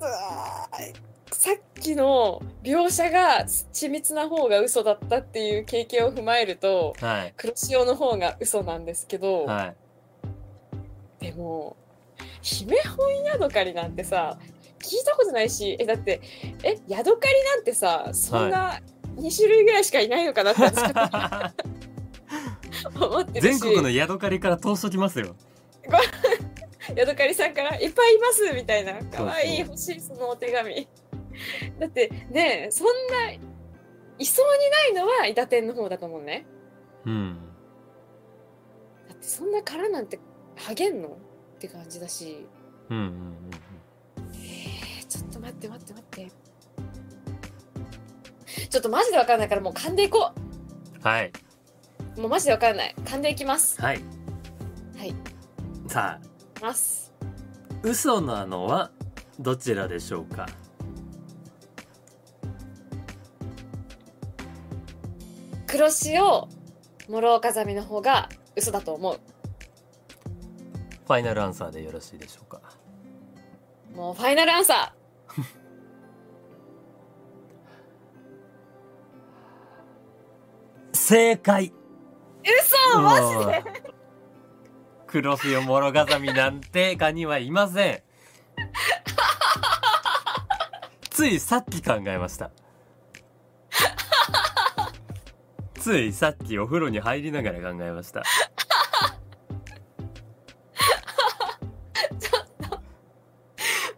Speaker 2: うわーさっきの描写が緻密な方が嘘だったっていう経験を踏まえると
Speaker 1: はい
Speaker 2: 黒潮の方が嘘なんですけ ど、
Speaker 1: はい
Speaker 2: でも姫本ヤドカリなんてさ聞いたことないしえだってえヤドカリなんてさそんな2種類ぐらいしかいないのかなって私思ってるし
Speaker 1: 全国のヤドカリから通しときますよ
Speaker 2: ヤドカリさんから「いっぱいいます」みたいな「
Speaker 1: そう
Speaker 2: かわいい欲しいそのお手紙」 だってねえそんないそうにないのは伊達天の方だと思うね
Speaker 1: うん
Speaker 2: だってそんな殻なんて励んのって感じだし
Speaker 1: うんうんうん
Speaker 2: えーちょっと待って待って待ってちょっとマジでわかんないからもう噛んでいこ
Speaker 1: うんはいう
Speaker 2: もうマジでわかんない噛んでいきます
Speaker 1: はい
Speaker 2: はい
Speaker 1: さあ
Speaker 2: ます
Speaker 1: 嘘なのはどちらでしょうか
Speaker 2: 黒潮諸岡ザミの方が嘘だと思う
Speaker 1: ファイナルアンサーでよろしいでしょうか
Speaker 2: もうファイナルアンサ
Speaker 1: 正解
Speaker 2: ー嘘マジで
Speaker 1: ジで黒潮モロガザミなんてガニはいませんついさっき考えましたついさっきお風呂に入りながら考えました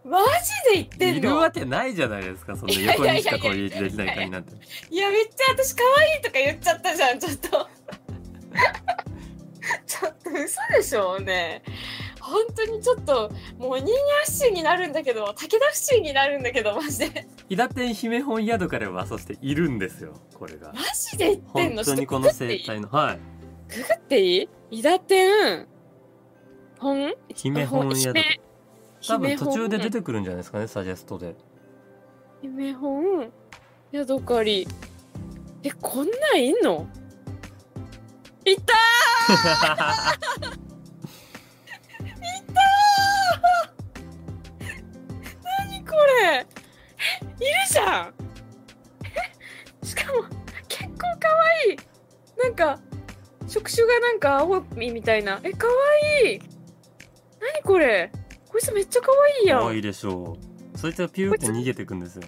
Speaker 2: マジで言ってんの
Speaker 1: いるわけないじゃないですかそんな横にしか攻撃できないガニなんて
Speaker 2: いやめっちゃ私可愛いとか言っちゃったじゃんちょっとちょっと嘘でしょねえ本当にちょっともうニーニャシーになるんだけど武田シーになるんだけどマジで
Speaker 1: 伊達天姫本宿からはそしているんですよこれが
Speaker 2: マジで言ってん
Speaker 1: 本
Speaker 2: の
Speaker 1: 当にこの生態のはい
Speaker 2: ちょっとググっていい伊達天本
Speaker 1: 姫本宿
Speaker 2: 姫
Speaker 1: 多分
Speaker 2: 姫
Speaker 1: 途
Speaker 2: 本
Speaker 1: 中で出てくるんじゃないですかねサジェスト で
Speaker 2: 姫本宿かりえこんなんいんのいたーこれえいるじゃん えしかも結構かわいいなんか触手がなんか青みみたいなえかわいい何これこいつめっちゃかわいいやん
Speaker 1: 可愛いでしょうそいつはピューって逃げてくんですよ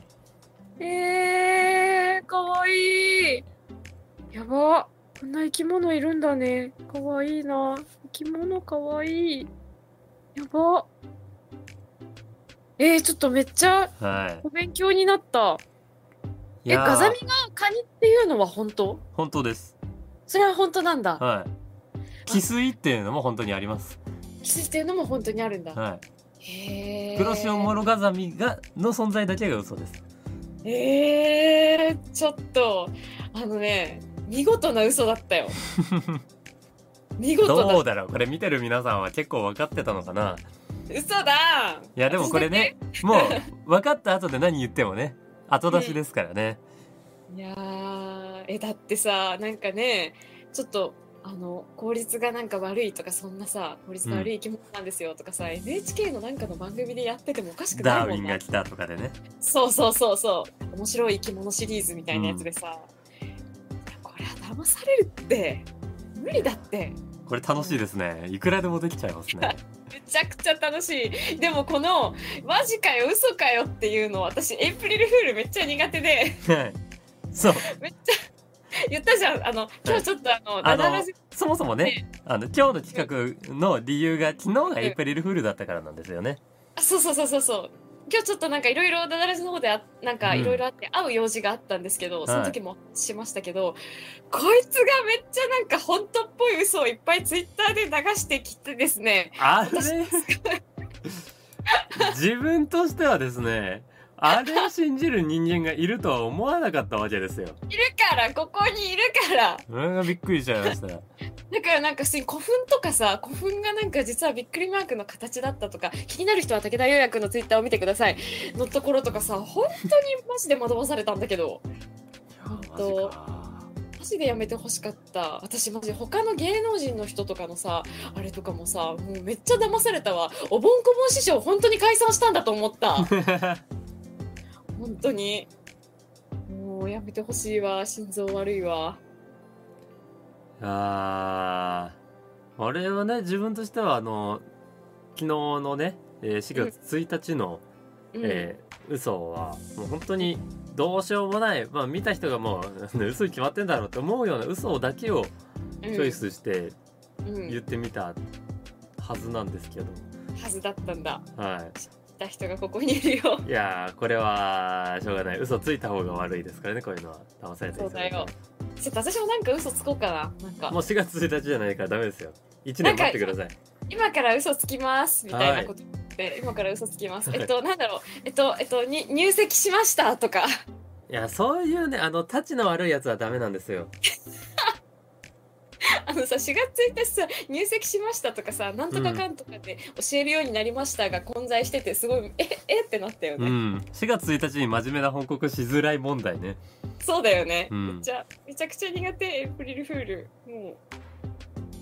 Speaker 2: えー、かわいいやばこんな生き物いるんだねかわいいな生き物かわいいやばえー、ちょっとめっちゃ
Speaker 1: は
Speaker 2: お勉強になった
Speaker 1: い
Speaker 2: え
Speaker 1: ー
Speaker 2: ガザミがカニっていうのは本当
Speaker 1: 本当です
Speaker 2: それは本当なんだ
Speaker 1: はい汽水っていうのも本当にあります
Speaker 2: 寄生っていうのも本当にあるんだ
Speaker 1: はい
Speaker 2: へえ
Speaker 1: 黒潮モロガザミがの存在だけが嘘です
Speaker 2: えー、ちょっとあのね見事な嘘だっ たよ見事だ
Speaker 1: どうだろうこれ見てる皆さんは結構分かってたのかな
Speaker 2: 嘘だ
Speaker 1: いやでもこれねもう分かった後で何言ってもね後出しですからね、
Speaker 2: いやーえだってさなんかねちょっとあの効率がなんか悪いとかそんなさ効率の悪い生き物なんですよとかさ、NHK のなんかの番組でやっててもおかしくない
Speaker 1: ダーウ
Speaker 2: も
Speaker 1: ィ
Speaker 2: ん
Speaker 1: ン
Speaker 2: な
Speaker 1: が来たとかでね
Speaker 2: そうそうそうそう面白い生き物シリーズみたいなやつでさ、いやこれは騙されるって無理だって
Speaker 1: これ楽しいですねいくらでもできちゃいますね
Speaker 2: めちゃくちゃ楽しいでもこのマジかよ嘘かよっていうの私エイプリルフールめっちゃ苦手で
Speaker 1: はいそう
Speaker 2: めっちゃ言ったじゃんあの今日ちょっとあの、
Speaker 1: あ
Speaker 2: ダダラ
Speaker 1: の
Speaker 2: ジ
Speaker 1: そもそもねあの今日の企画の理由が昨日がエイプリルフールだったからなんですよね
Speaker 2: あそうそうそうそうそう今日ちょっとなんかいろいろダダラジの方であなんか
Speaker 1: うん
Speaker 2: いろいろあって会う用事があったんですけど、
Speaker 1: い
Speaker 2: その時もしましたけど、こいつがめっちゃなんか本当っぽい嘘をいっぱいツイッターで流してきてですね
Speaker 1: あ れ自分としてはですねあれを信じる人間がいるとは思わなかったわけです よ。
Speaker 2: いるからここにいるから
Speaker 1: それがびっくりしちゃいました。
Speaker 2: だからなんか普通に古墳とかさ古墳がなんか実はびっくりマークの形だったとか気になる人は武田優也君のツイッターを見てくださいのところとかさ本当にマジで惑わされたんだけど。
Speaker 1: マジ
Speaker 2: 当
Speaker 1: か。
Speaker 2: マジでやめてほしかった私マジ他の芸能人の人とかのさあれとかもさもうめっちゃ騙されたわおぼんこぼん師匠本当に解散したんだと思った 本当にもうやめてほしいわ心臓悪いわ
Speaker 1: あーあれはね自分としてはあの昨日のね、えー4月1日の、
Speaker 2: うん、
Speaker 1: えー嘘はもう本当にどうしようもない、まあ、見た人がもう 嘘に決まってんだろうって思うような嘘だけをチョイスして
Speaker 2: うん、うん
Speaker 1: 言ってみたはずなんですけど、
Speaker 2: はずだったんだ
Speaker 1: はい
Speaker 2: た人がここにいる よ
Speaker 1: い、いやーこれはしょうがない嘘ついた方が悪いですからねこういうのは騙されたりする
Speaker 2: そうだよちょっと私もなんか嘘つこうかななんか
Speaker 1: もう4月1日じゃないからダメですよ1年待ってください
Speaker 2: 今から嘘つきますみたいなこと言って、今から嘘つきますえっとなんだろうえっとえっとに入籍しましたとか
Speaker 1: いやそういうねあのタチの悪いやつはダメなんですよ
Speaker 2: あのさ4月1日さ入籍しましたとかさなんとかかんとかで教えるようになりましたが混在しててすごいええってなったよ
Speaker 1: う
Speaker 2: ね、
Speaker 1: ん4月1日に真面目な報告しづらい問題ね
Speaker 2: そうだよね、
Speaker 1: うん
Speaker 2: めっちゃめちゃくちゃ苦手エイプリルフールも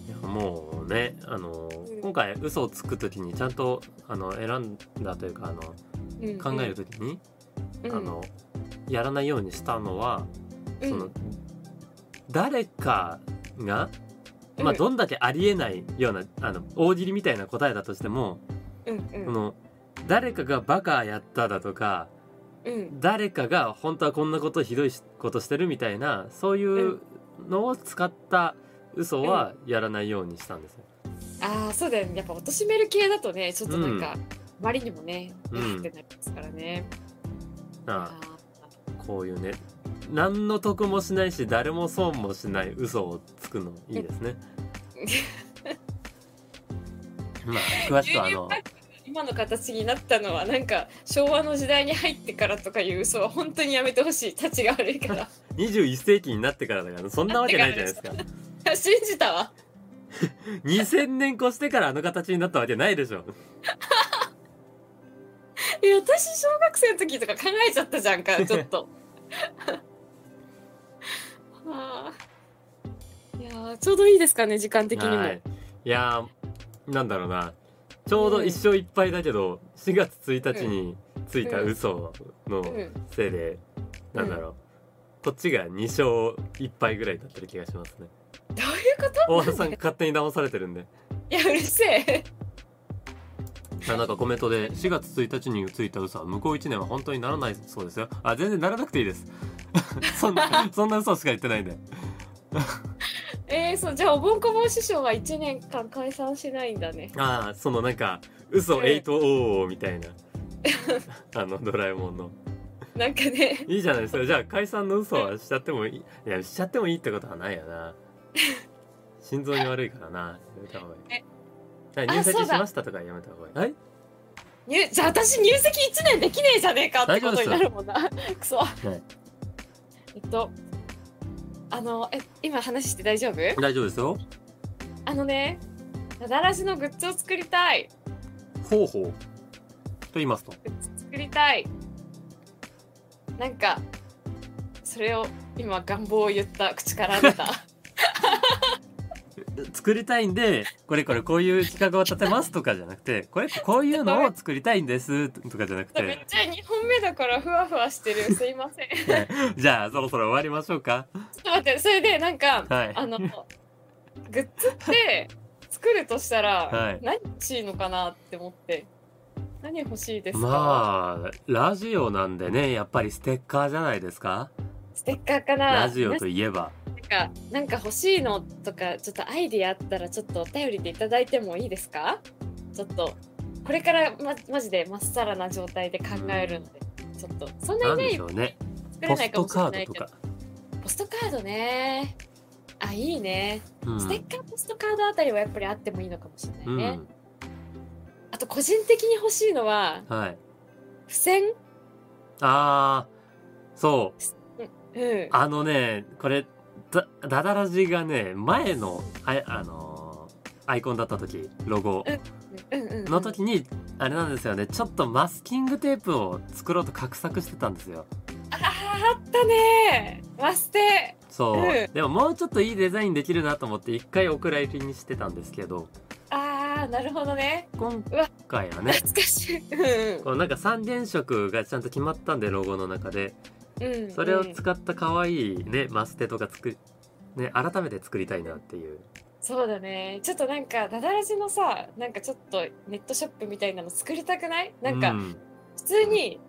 Speaker 1: いやもうねあの、
Speaker 2: ん
Speaker 1: 今回嘘をつく時にちゃんとあの選んだというかあの
Speaker 2: う、うん
Speaker 1: 考える時に、
Speaker 2: うん
Speaker 1: あのやらないようにしたのは、
Speaker 2: うん
Speaker 1: その誰かが、ま
Speaker 2: う
Speaker 1: あ、
Speaker 2: ん
Speaker 1: どんだけありえないようなあの大喜利みたいな答えだとしても、
Speaker 2: うん
Speaker 1: そうの誰かがバカやっただとか
Speaker 2: んうん
Speaker 1: 誰かが本当はこんなことひどいしことしてるみたいなそういうのを使った嘘はやらないようにしたんですよ。
Speaker 2: ああそうだよねやっぱ貶としめる系だとねちょっとなんか、あまりにもね
Speaker 1: うん
Speaker 2: えってなりますからね、
Speaker 1: あ
Speaker 2: あー
Speaker 1: あこういうね何の得もしないし誰も損も しない嘘をつくのいいですね。まあ詳しくはあ
Speaker 2: 牛乳
Speaker 1: の
Speaker 2: パックが今の形になったのはなんか昭和の時代に入ってからとかいう嘘は本当にやめてほしいたちが悪いから
Speaker 1: 21世紀になってからだからそんなわけないじゃないですか
Speaker 2: 信じたわ
Speaker 1: 2000年越してからあの形になったわけないでしょ
Speaker 2: いや私小学生の時とか考えちゃったじゃ んかちょっと あーいやーちょうどいいですかね時間的にも、
Speaker 1: はい、いやーなんだろうなちょうど一生いっぱいだけど4月1日についた嘘の
Speaker 2: うん
Speaker 1: せいで、
Speaker 2: うん
Speaker 1: なんだろうこっちが2勝1敗ぐらいだった気がしますね
Speaker 2: どういうこと
Speaker 1: 大原さん勝手に騙されてるんで
Speaker 2: いやうるせえ
Speaker 1: あなんかコメントで4月1日についた嘘は向こう1年は本当にならないそうですよあ全然ならなくていいです そん なそんな嘘しか言ってないんで
Speaker 2: えー、そうじゃあおぼんこぼん師匠は1年間解散しないんだね
Speaker 1: ああそのなんか嘘
Speaker 2: ええ
Speaker 1: 800みたいな あのドラえもんの
Speaker 2: なんかね
Speaker 1: いいじゃないですかじゃあ解散の嘘はしちゃってもいいいやしちゃってもいいってことはないよな心臓に悪いからなやめた方がいいはい入
Speaker 2: あそう
Speaker 1: 籍
Speaker 2: だ
Speaker 1: しましたとかやめた方がいいはい
Speaker 2: 入じゃあ私入籍1年できねえじゃねえかってことになるもんな くそ、
Speaker 1: い
Speaker 2: えっとあのえ今話して大丈夫
Speaker 1: 大丈夫ですよ
Speaker 2: あのねなだらしのグッズを作りたい
Speaker 1: ほうほうと言いますと
Speaker 2: グッズ作りたいなんかそれを今願望を言った口から出 た
Speaker 1: 作りたいんでこれこれこういう企画を立てますとかじゃなくてこれこういうのを作りたいんですとかじゃなく
Speaker 2: めってちゃ2本目だからふわふわし てるすいませんちょ
Speaker 1: じゃあそろそろ終わりましょうか
Speaker 2: っと待ってそれでなんか
Speaker 1: はい
Speaker 2: あの、グッズって作るとしたら、
Speaker 1: はい
Speaker 2: 何欲しいのかなって思って。何欲しいですか、
Speaker 1: まあラジオなんでねやっぱりステッカーじゃないですか
Speaker 2: ステッカーかな
Speaker 1: ラジオといえば
Speaker 2: なんか、なんか欲しいのとか、ちょっとアイディアあったら、ちょっとお便りでいただいてもいいですかちょっと、これからま、マジでまっさらな状態で考えるので、ちょっと、そんな
Speaker 1: 何で
Speaker 2: に
Speaker 1: し
Speaker 2: ね、
Speaker 1: ょうね
Speaker 2: 作れ
Speaker 1: ポ
Speaker 2: な
Speaker 1: ス
Speaker 2: いか
Speaker 1: ト
Speaker 2: もし
Speaker 1: カ
Speaker 2: れ
Speaker 1: ー
Speaker 2: な
Speaker 1: ド
Speaker 2: い
Speaker 1: と
Speaker 2: けど
Speaker 1: か、、
Speaker 2: ポストカードね。あ、いいね。
Speaker 1: うん
Speaker 2: ステッカー、ポストカードあたりはやっぱりあってもいいのかもしれないうね。
Speaker 1: ん、
Speaker 2: あと個人的に欲しいのは
Speaker 1: はい
Speaker 2: 付箋、
Speaker 1: あーそう
Speaker 2: うん、
Speaker 1: あのねこれだダダラジがね前のああのーアイコンだった時ロゴ
Speaker 2: うんうんうん、
Speaker 1: の時にあれなんですよねちょっとマスキングテープを作ろうと画策してたんですよ
Speaker 2: あーあったねーマステ
Speaker 1: そう、
Speaker 2: うん
Speaker 1: でももうちょっといいデザインできるなと思って一回お蔵入りにしてたんですけど
Speaker 2: ああなるほどね
Speaker 1: 今
Speaker 2: わ
Speaker 1: 回はね
Speaker 2: 懐かしいうん
Speaker 1: こうなんか三原色がちゃんと決まったんでロゴの中で
Speaker 2: うんうん
Speaker 1: それを使った可愛いねマステとか作りね改めて作りたいなっていう
Speaker 2: そうだねちょっとなんかダダラジのさなんかちょっとネットショップみたいなの作りたくないなん
Speaker 1: う
Speaker 2: か普通に、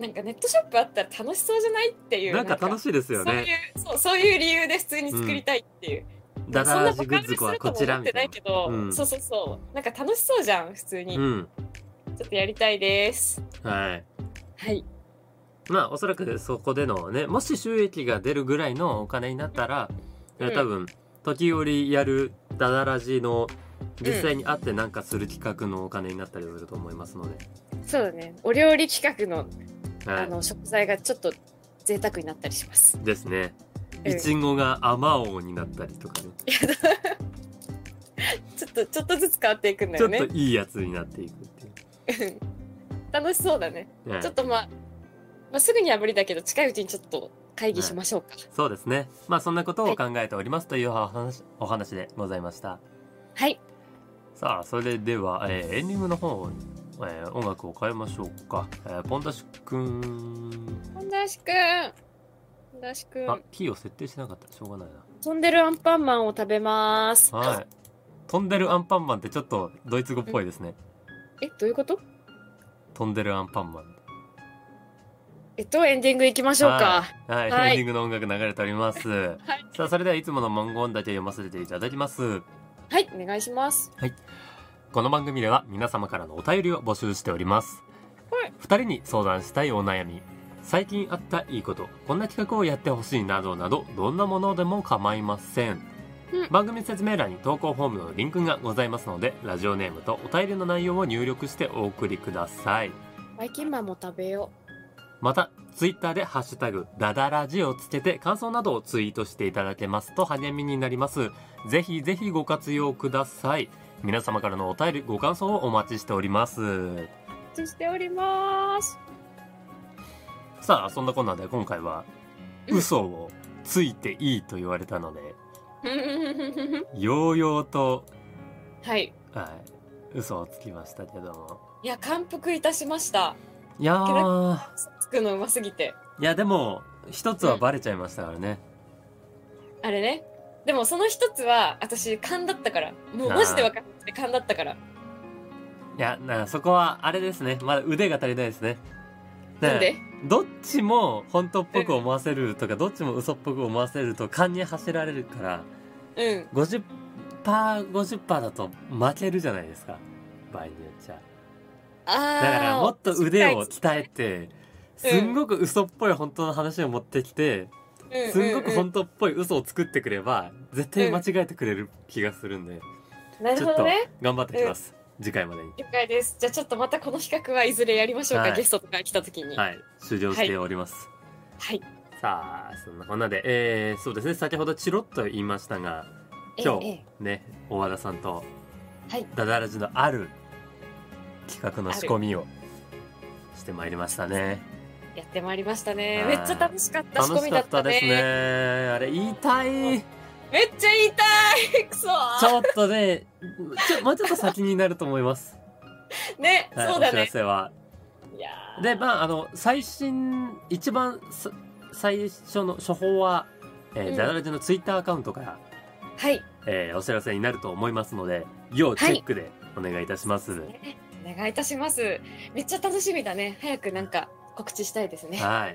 Speaker 2: なんかネットショップあったら楽しそうじゃないっていう
Speaker 1: なんか楽しいですよ
Speaker 2: そういう
Speaker 1: ね
Speaker 2: そうそういう理由で普通に作りたいっていう、
Speaker 1: ダダラジグッ
Speaker 2: バカ売れ
Speaker 1: ズ
Speaker 2: す
Speaker 1: コは
Speaker 2: ると
Speaker 1: こ
Speaker 2: も
Speaker 1: ちら
Speaker 2: 思っ
Speaker 1: み
Speaker 2: て
Speaker 1: た
Speaker 2: ないいけど、
Speaker 1: うん
Speaker 2: そうそうそうなんか楽しそうじゃん普通に、
Speaker 1: なうん
Speaker 2: ちょっとやりたいです
Speaker 1: はい
Speaker 2: はい
Speaker 1: まあおそらくそこでのねもし収益が出るぐらいのお金になったら、
Speaker 2: うん
Speaker 1: 多分時折やるダダラジの実際に会ってなんかする企画のお金になったりすると思いますので、
Speaker 2: そうだねお料理企画の,、
Speaker 1: はい
Speaker 2: あの食材がちょっと贅沢になったりします
Speaker 1: ですね
Speaker 2: うん
Speaker 1: いちごがあまおうになったりとかね
Speaker 2: ちょっとちょっとずつ変わっていくんだ
Speaker 1: ちょ
Speaker 2: よ
Speaker 1: っ
Speaker 2: ね
Speaker 1: といいやつになっていくってい
Speaker 2: 楽しそうだね、
Speaker 1: う、はい
Speaker 2: ちょっとまあ、まあ、すぐには無理だけど近いうちにちょっと会議しましょうか
Speaker 1: そうですねまあそんなことを考えておりますというお話お話でございました
Speaker 2: はい
Speaker 1: さあそれでは、えーエンディングの方を、えー音楽を変えましょうか、えーポンダシくん
Speaker 2: 本田しくん本田しく
Speaker 1: あ
Speaker 2: ん、
Speaker 1: キーを設定しなかった。しょうがない
Speaker 2: 飛んでるアンパンマンを食べます
Speaker 1: な。はい。飛んでるアンパンマンってちょっとドイツ語っぽいですね。
Speaker 2: えどういうこと
Speaker 1: 飛んでるアンパンマン。
Speaker 2: えっとエンディングいきましょうか
Speaker 1: はい。
Speaker 2: はい
Speaker 1: エンディングの音楽流れております。さあ、それではいつもの文言だけ読ませていただきます。
Speaker 2: はいお願いします
Speaker 1: この番組では皆様からのお便りを募集しております。
Speaker 2: はい
Speaker 1: 二人に相談したいお悩み、最近あったいいこと、こんな企画をやってほしいなどなど、どんなものでも構いません。
Speaker 2: うん
Speaker 1: 番組説明欄に投稿フォームのリンクがございますのでラジオネームとお便りの内容を入力してお送りください
Speaker 2: バイキンマンも食べよ
Speaker 1: またツイッターで「ハッシュタグダダラジ」をつけて感想などをツイートしていただけますと励みになりますぜひぜひご活用ください皆様からのお便りご感想をお待ちしております
Speaker 2: う。お待ちしており ます。
Speaker 1: さあそんなこんなで今回は
Speaker 2: うん
Speaker 1: 嘘をついていいと言われたので
Speaker 2: は
Speaker 1: ようようと、
Speaker 2: い。
Speaker 1: はい、嘘をつきましたけども
Speaker 2: いや、感服いたしました。
Speaker 1: いやー
Speaker 2: 嘘つくのうますぎて。
Speaker 1: いやでも一つはバレちゃいましたからね、
Speaker 2: あれね。でもその一つは、私、勘だったから。もう
Speaker 1: あー
Speaker 2: マジで分かって勘だったから。
Speaker 1: いやなそこはあれですねまだ腕が足りないですねね
Speaker 2: なんで
Speaker 1: どっちも本当っぽく思わせるとかどっちも嘘っぽく思わせると勘に走られるから
Speaker 2: うん。
Speaker 1: 50%50% だと負けるじゃないですか場合によっちゃ
Speaker 2: あ
Speaker 1: だ
Speaker 2: あ。
Speaker 1: からもっと腕を鍛えて
Speaker 2: うん
Speaker 1: すんごく嘘っぽい本当の話を持ってきて
Speaker 2: うん
Speaker 1: すんごく
Speaker 2: うんうん
Speaker 1: 本当っぽい嘘を作ってくれば絶対間違えてくれる気がするんで
Speaker 2: な
Speaker 1: ちょ
Speaker 2: る
Speaker 1: っ
Speaker 2: ほど
Speaker 1: と
Speaker 2: ね。
Speaker 1: 頑張ってきます次回までに
Speaker 2: 了解です。じゃあちょっとまたこの比較はいずれやりましょう
Speaker 1: は
Speaker 2: か。
Speaker 1: い
Speaker 2: ゲストとか来た時に。はい。
Speaker 1: はい終了しております、さあそんなこんなで、えー、そうですね先ほどチロッと言いましたが今
Speaker 2: え
Speaker 1: 日
Speaker 2: え
Speaker 1: ね大和田さんと
Speaker 2: はい
Speaker 1: ダダラジのある企画の仕込みをしてまいりましたね
Speaker 2: やってまいりましたね。
Speaker 1: は
Speaker 2: め
Speaker 1: い
Speaker 2: っちゃ楽しかった。仕
Speaker 1: 楽
Speaker 2: 込
Speaker 1: し
Speaker 2: み
Speaker 1: か
Speaker 2: だ
Speaker 1: っ
Speaker 2: った
Speaker 1: たですね
Speaker 2: ね。
Speaker 1: あれ言いたい
Speaker 2: めっちゃ言いたい。くそ
Speaker 1: ちょっとねちょもうちょっと先になると思います、
Speaker 2: ね、
Speaker 1: はい
Speaker 2: そうだ
Speaker 1: お知ら
Speaker 2: ね。
Speaker 1: せはい
Speaker 2: やー
Speaker 1: でまああの最新一番さ最初の処方は、えー
Speaker 2: うん
Speaker 1: ダダラジのツイッターアカウントから、
Speaker 2: はい。
Speaker 1: えーお知らせになると思いますので要チェックでお願いいたします、はい
Speaker 2: ねお願いいたします。めっちゃ楽しみだね。早くなんか告知したいですね。いや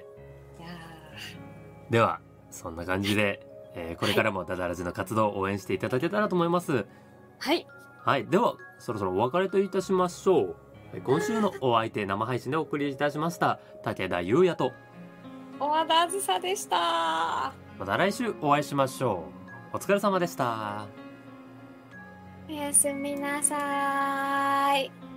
Speaker 1: ではそんな感じで、えーこれからもダダラジの活動を応援していただけたらと思います
Speaker 2: ーはい。
Speaker 1: はいではそろそろお別れといたしましょうえー今週のお相手生配信でお送りいたしました武田優也と
Speaker 2: お和田あずさでした。
Speaker 1: また来週お会いしましょうお疲れ様でした
Speaker 2: おやすみなさーい。